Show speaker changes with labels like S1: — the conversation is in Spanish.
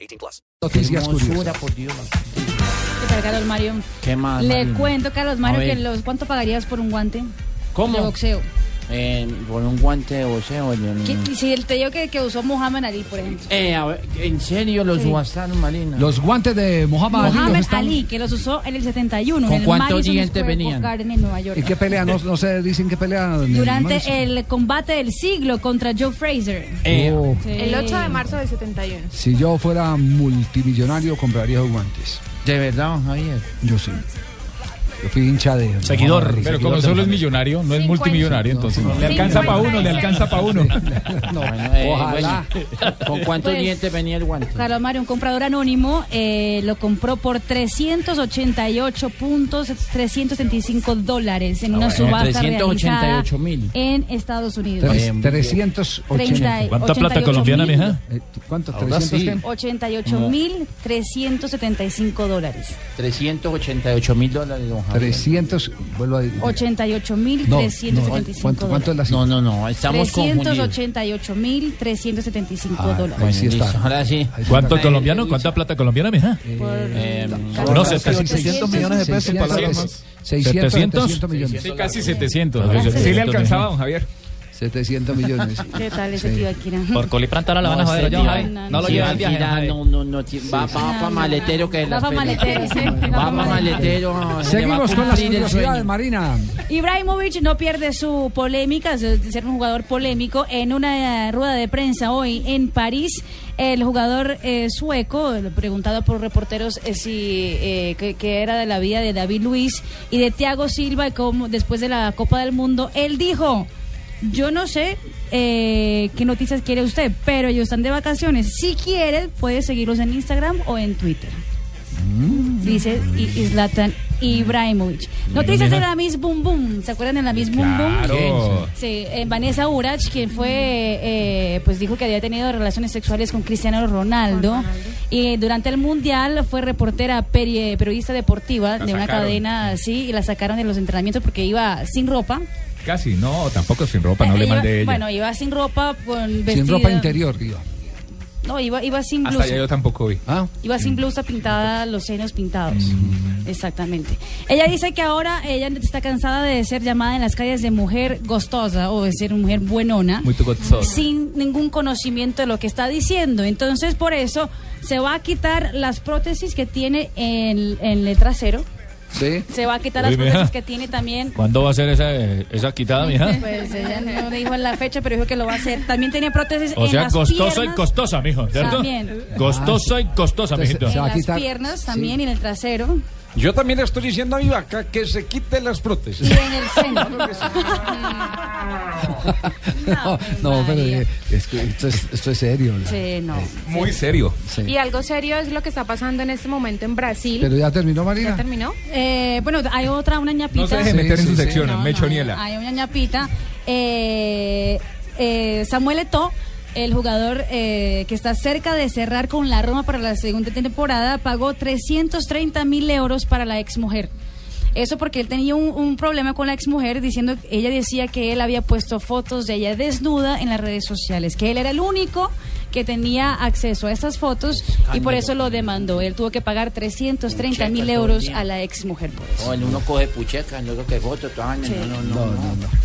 S1: 18 plus.
S2: Noticias
S3: Hermosura,
S2: curiosas.
S3: por Dios.
S4: ¿Qué tal, Carlos Mario?
S3: ¿Qué más?
S4: Le
S3: Marina?
S4: cuento, Carlos Mario,
S3: A ver.
S4: que los, ¿cuánto pagarías por un guante de
S3: ¿Cómo?
S4: boxeo?
S3: Eh, por un guante de boxeo. yo no-
S4: ¿Qué- Si el te digo que, que usó Muhammad Ali, por ejemplo.
S3: Eh, a ver, ¿En serio los subastaron, Marina?
S2: Los guantes de Mohamed Ali.
S4: Muhammad
S2: los están-
S4: Ali, que los usó en el 71,
S3: ¿Con
S4: en el
S3: cuántos
S4: Madison
S3: dientes
S4: Square
S3: venían?
S4: Garden en Nueva York.
S2: ¿En qué pelea? No, no se dicen qué pelea. en el Madison.
S4: Durante el combate del siglo contra Joe Fraser.
S3: Eh,
S2: Oh,
S5: El 8 de marzo del 71.
S2: si yo fuera multimillonario, compraría los guantes.
S3: De verdad, don Javier.
S2: Yo sí. Yo fui hincha de.
S6: Seguidor.
S7: Pero como solo es millonario, no es multimillonario, entonces no.
S6: Le alcanza para uno, le alcanza para uno.
S2: No,
S3: Bueno, eh,
S2: ojalá.
S3: bueno, ¿Con cuántos
S4: Pues-
S3: dientes venía el guante?
S4: Carlos Mario, un comprador anónimo, eh, lo compró por 388 puntos, 375 dólares en una
S3: Ah, bueno,
S4: subasta
S3: 388
S4: realizada
S3: mil.
S4: en Estados Unidos.
S2: Tres-
S3: Eh, muy
S2: 380.
S7: ¿Cuánta plata colombiana,
S4: mija?
S7: mija?
S2: Eh, ¿tú- ¿Cuánto?
S3: Ahora
S2: 300
S3: sí.
S2: qué?
S4: 88.375 dólares.
S3: 388 mil dólares, don Javier.
S2: 300. Vuelvo a decir.
S4: 88.375
S2: No, no,
S4: dólares.
S2: ¿cuánto, ¿Cuánto es la cifra?
S3: No, no, no, estamos confundidos.
S4: 388.375
S2: Ah,
S4: dólares.
S2: bueno.
S3: Bueno,
S2: Sí está.
S3: listo, ahora sí.
S2: Ahí está.
S7: ¿Cuánto colombiano? ¿Cuánta plata colombiana, mija?
S4: Por-
S3: Eh,
S4: casi-
S7: no,
S4: casi
S7: 700
S4: 800
S2: millones de pesos.
S7: para la
S2: 600,
S7: más.
S2: 600, 700
S7: 700
S2: millones.
S7: Casi 700.
S6: Sí le alcanzaba, don Javier.
S2: 700 millones.
S4: ¿Qué tal ese tío Akira?
S8: Por coliplantar ahora la van a joder,
S3: este
S8: yo,
S3: tío,
S7: eh.
S8: Javi.
S4: no,
S8: No lo
S3: sí,
S8: llevan al
S3: Akira,
S8: viaje. Javi.
S3: No, no, no. ti- Va, va para maletero que
S4: Va
S3: las
S4: pa'
S3: pelis.
S4: maletero, sí.
S3: Va para maletero. se le va a
S2: Seguimos con las
S3: cumplir el
S2: curiosidades,
S3: sueño.
S2: Marina.
S4: Ibrahimovic no pierde su polémica de ser un jugador polémico. En una eh, rueda de prensa hoy en París, el jugador eh, sueco, preguntado por reporteros eh, si eh, que, que era de la vida de David Luis y de Thiago Silva y cómo- después de la Copa del Mundo, él dijo. Yo no sé eh, qué noticias quiere usted, pero ellos están de vacaciones. Si quiere, puede seguirlos en Instagram o en Twitter dice I- Zlatan Ibrahimovic. Noticias de la Miss Boom Boom. ¿Se acuerdan de la Miss Boom Boom?
S7: Claro.
S4: Sí, eh, Vanessa Urach, quien fue, eh, pues dijo que había tenido relaciones sexuales con Cristiano Ronaldo. Y durante el Mundial fue reportera, peri- eh, periodista deportiva de una
S6: sacaron.
S4: cadena así, y la sacaron de los entrenamientos porque iba sin ropa.
S6: Casi, no, tampoco sin ropa, no
S4: Eh,
S6: le
S4: iba-
S6: mandé ella.
S4: Bueno, iba sin ropa, con vestido.
S2: Sin ropa interior, digo.
S4: No, iba, iba sin
S6: Hasta
S4: blusa.
S6: allá yo tampoco vi.
S2: ¿Ah?
S4: Iba sin blusa pintada, los senos pintados. Exactamente. Ella dice que ahora ella está cansada de ser llamada en las calles de mujer gostosa o de ser mujer buenona.
S6: Muy tu gozoso.
S4: sin ningún conocimiento de lo que está diciendo. Entonces, por eso se va a quitar las prótesis que tiene en, en el trasero.
S2: Sí.
S4: Se va a quitar
S7: Uy,
S4: las
S7: mija.
S4: prótesis que tiene también.
S7: ¿Cuándo va a ser esa, eh, esa quitada, mija?
S4: Pues ella no dijo en la fecha, pero dijo que lo va a hacer. También tenía prótesis
S7: O
S4: en
S7: sea,
S4: las
S7: costosa y
S4: piernas.
S7: costosa, mijo, ¿cierto?
S4: También.
S7: Costosa y costosa,
S2: Entonces,
S7: mijito.
S2: se va a
S4: En las
S2: quitar.
S4: piernas
S2: Sí.
S4: también y en el trasero.
S9: Yo también le estoy diciendo a mi vaca que se quite las prótesis.
S4: Y en el seno.
S2: no, no, pero eh, es que esto, es, esto es serio. ¿no?
S4: Sí, no.
S6: Muy serio.
S2: Sí.
S5: Y algo serio es lo que está pasando en este momento en Brasil.
S2: Pero ya terminó, Marina.
S5: ¿Ya terminó?
S4: Eh, bueno, hay otra, una ñapita.
S6: No se deje
S2: Sí,
S6: meter en
S2: sí,
S6: sus
S2: sí.
S6: secciones,
S4: No, no,
S6: Mechoniela.
S4: Hay una ñapita. Eh, eh, Samuel Eto'o, el jugador eh, que está cerca de cerrar con la Roma para la segunda temporada, pagó 330 mil euros para la exmujer. Eso porque él tenía un, un problema con la exmujer, diciendo, ella decía que él había puesto fotos de ella desnuda en las redes sociales, que él era el único que tenía acceso a estas fotos y por eso lo demandó. Él tuvo que pagar 330 mil euros a la exmujer por eso.
S3: O el uno coge pucheca, el otro que voto, todo año. No, no, no. no.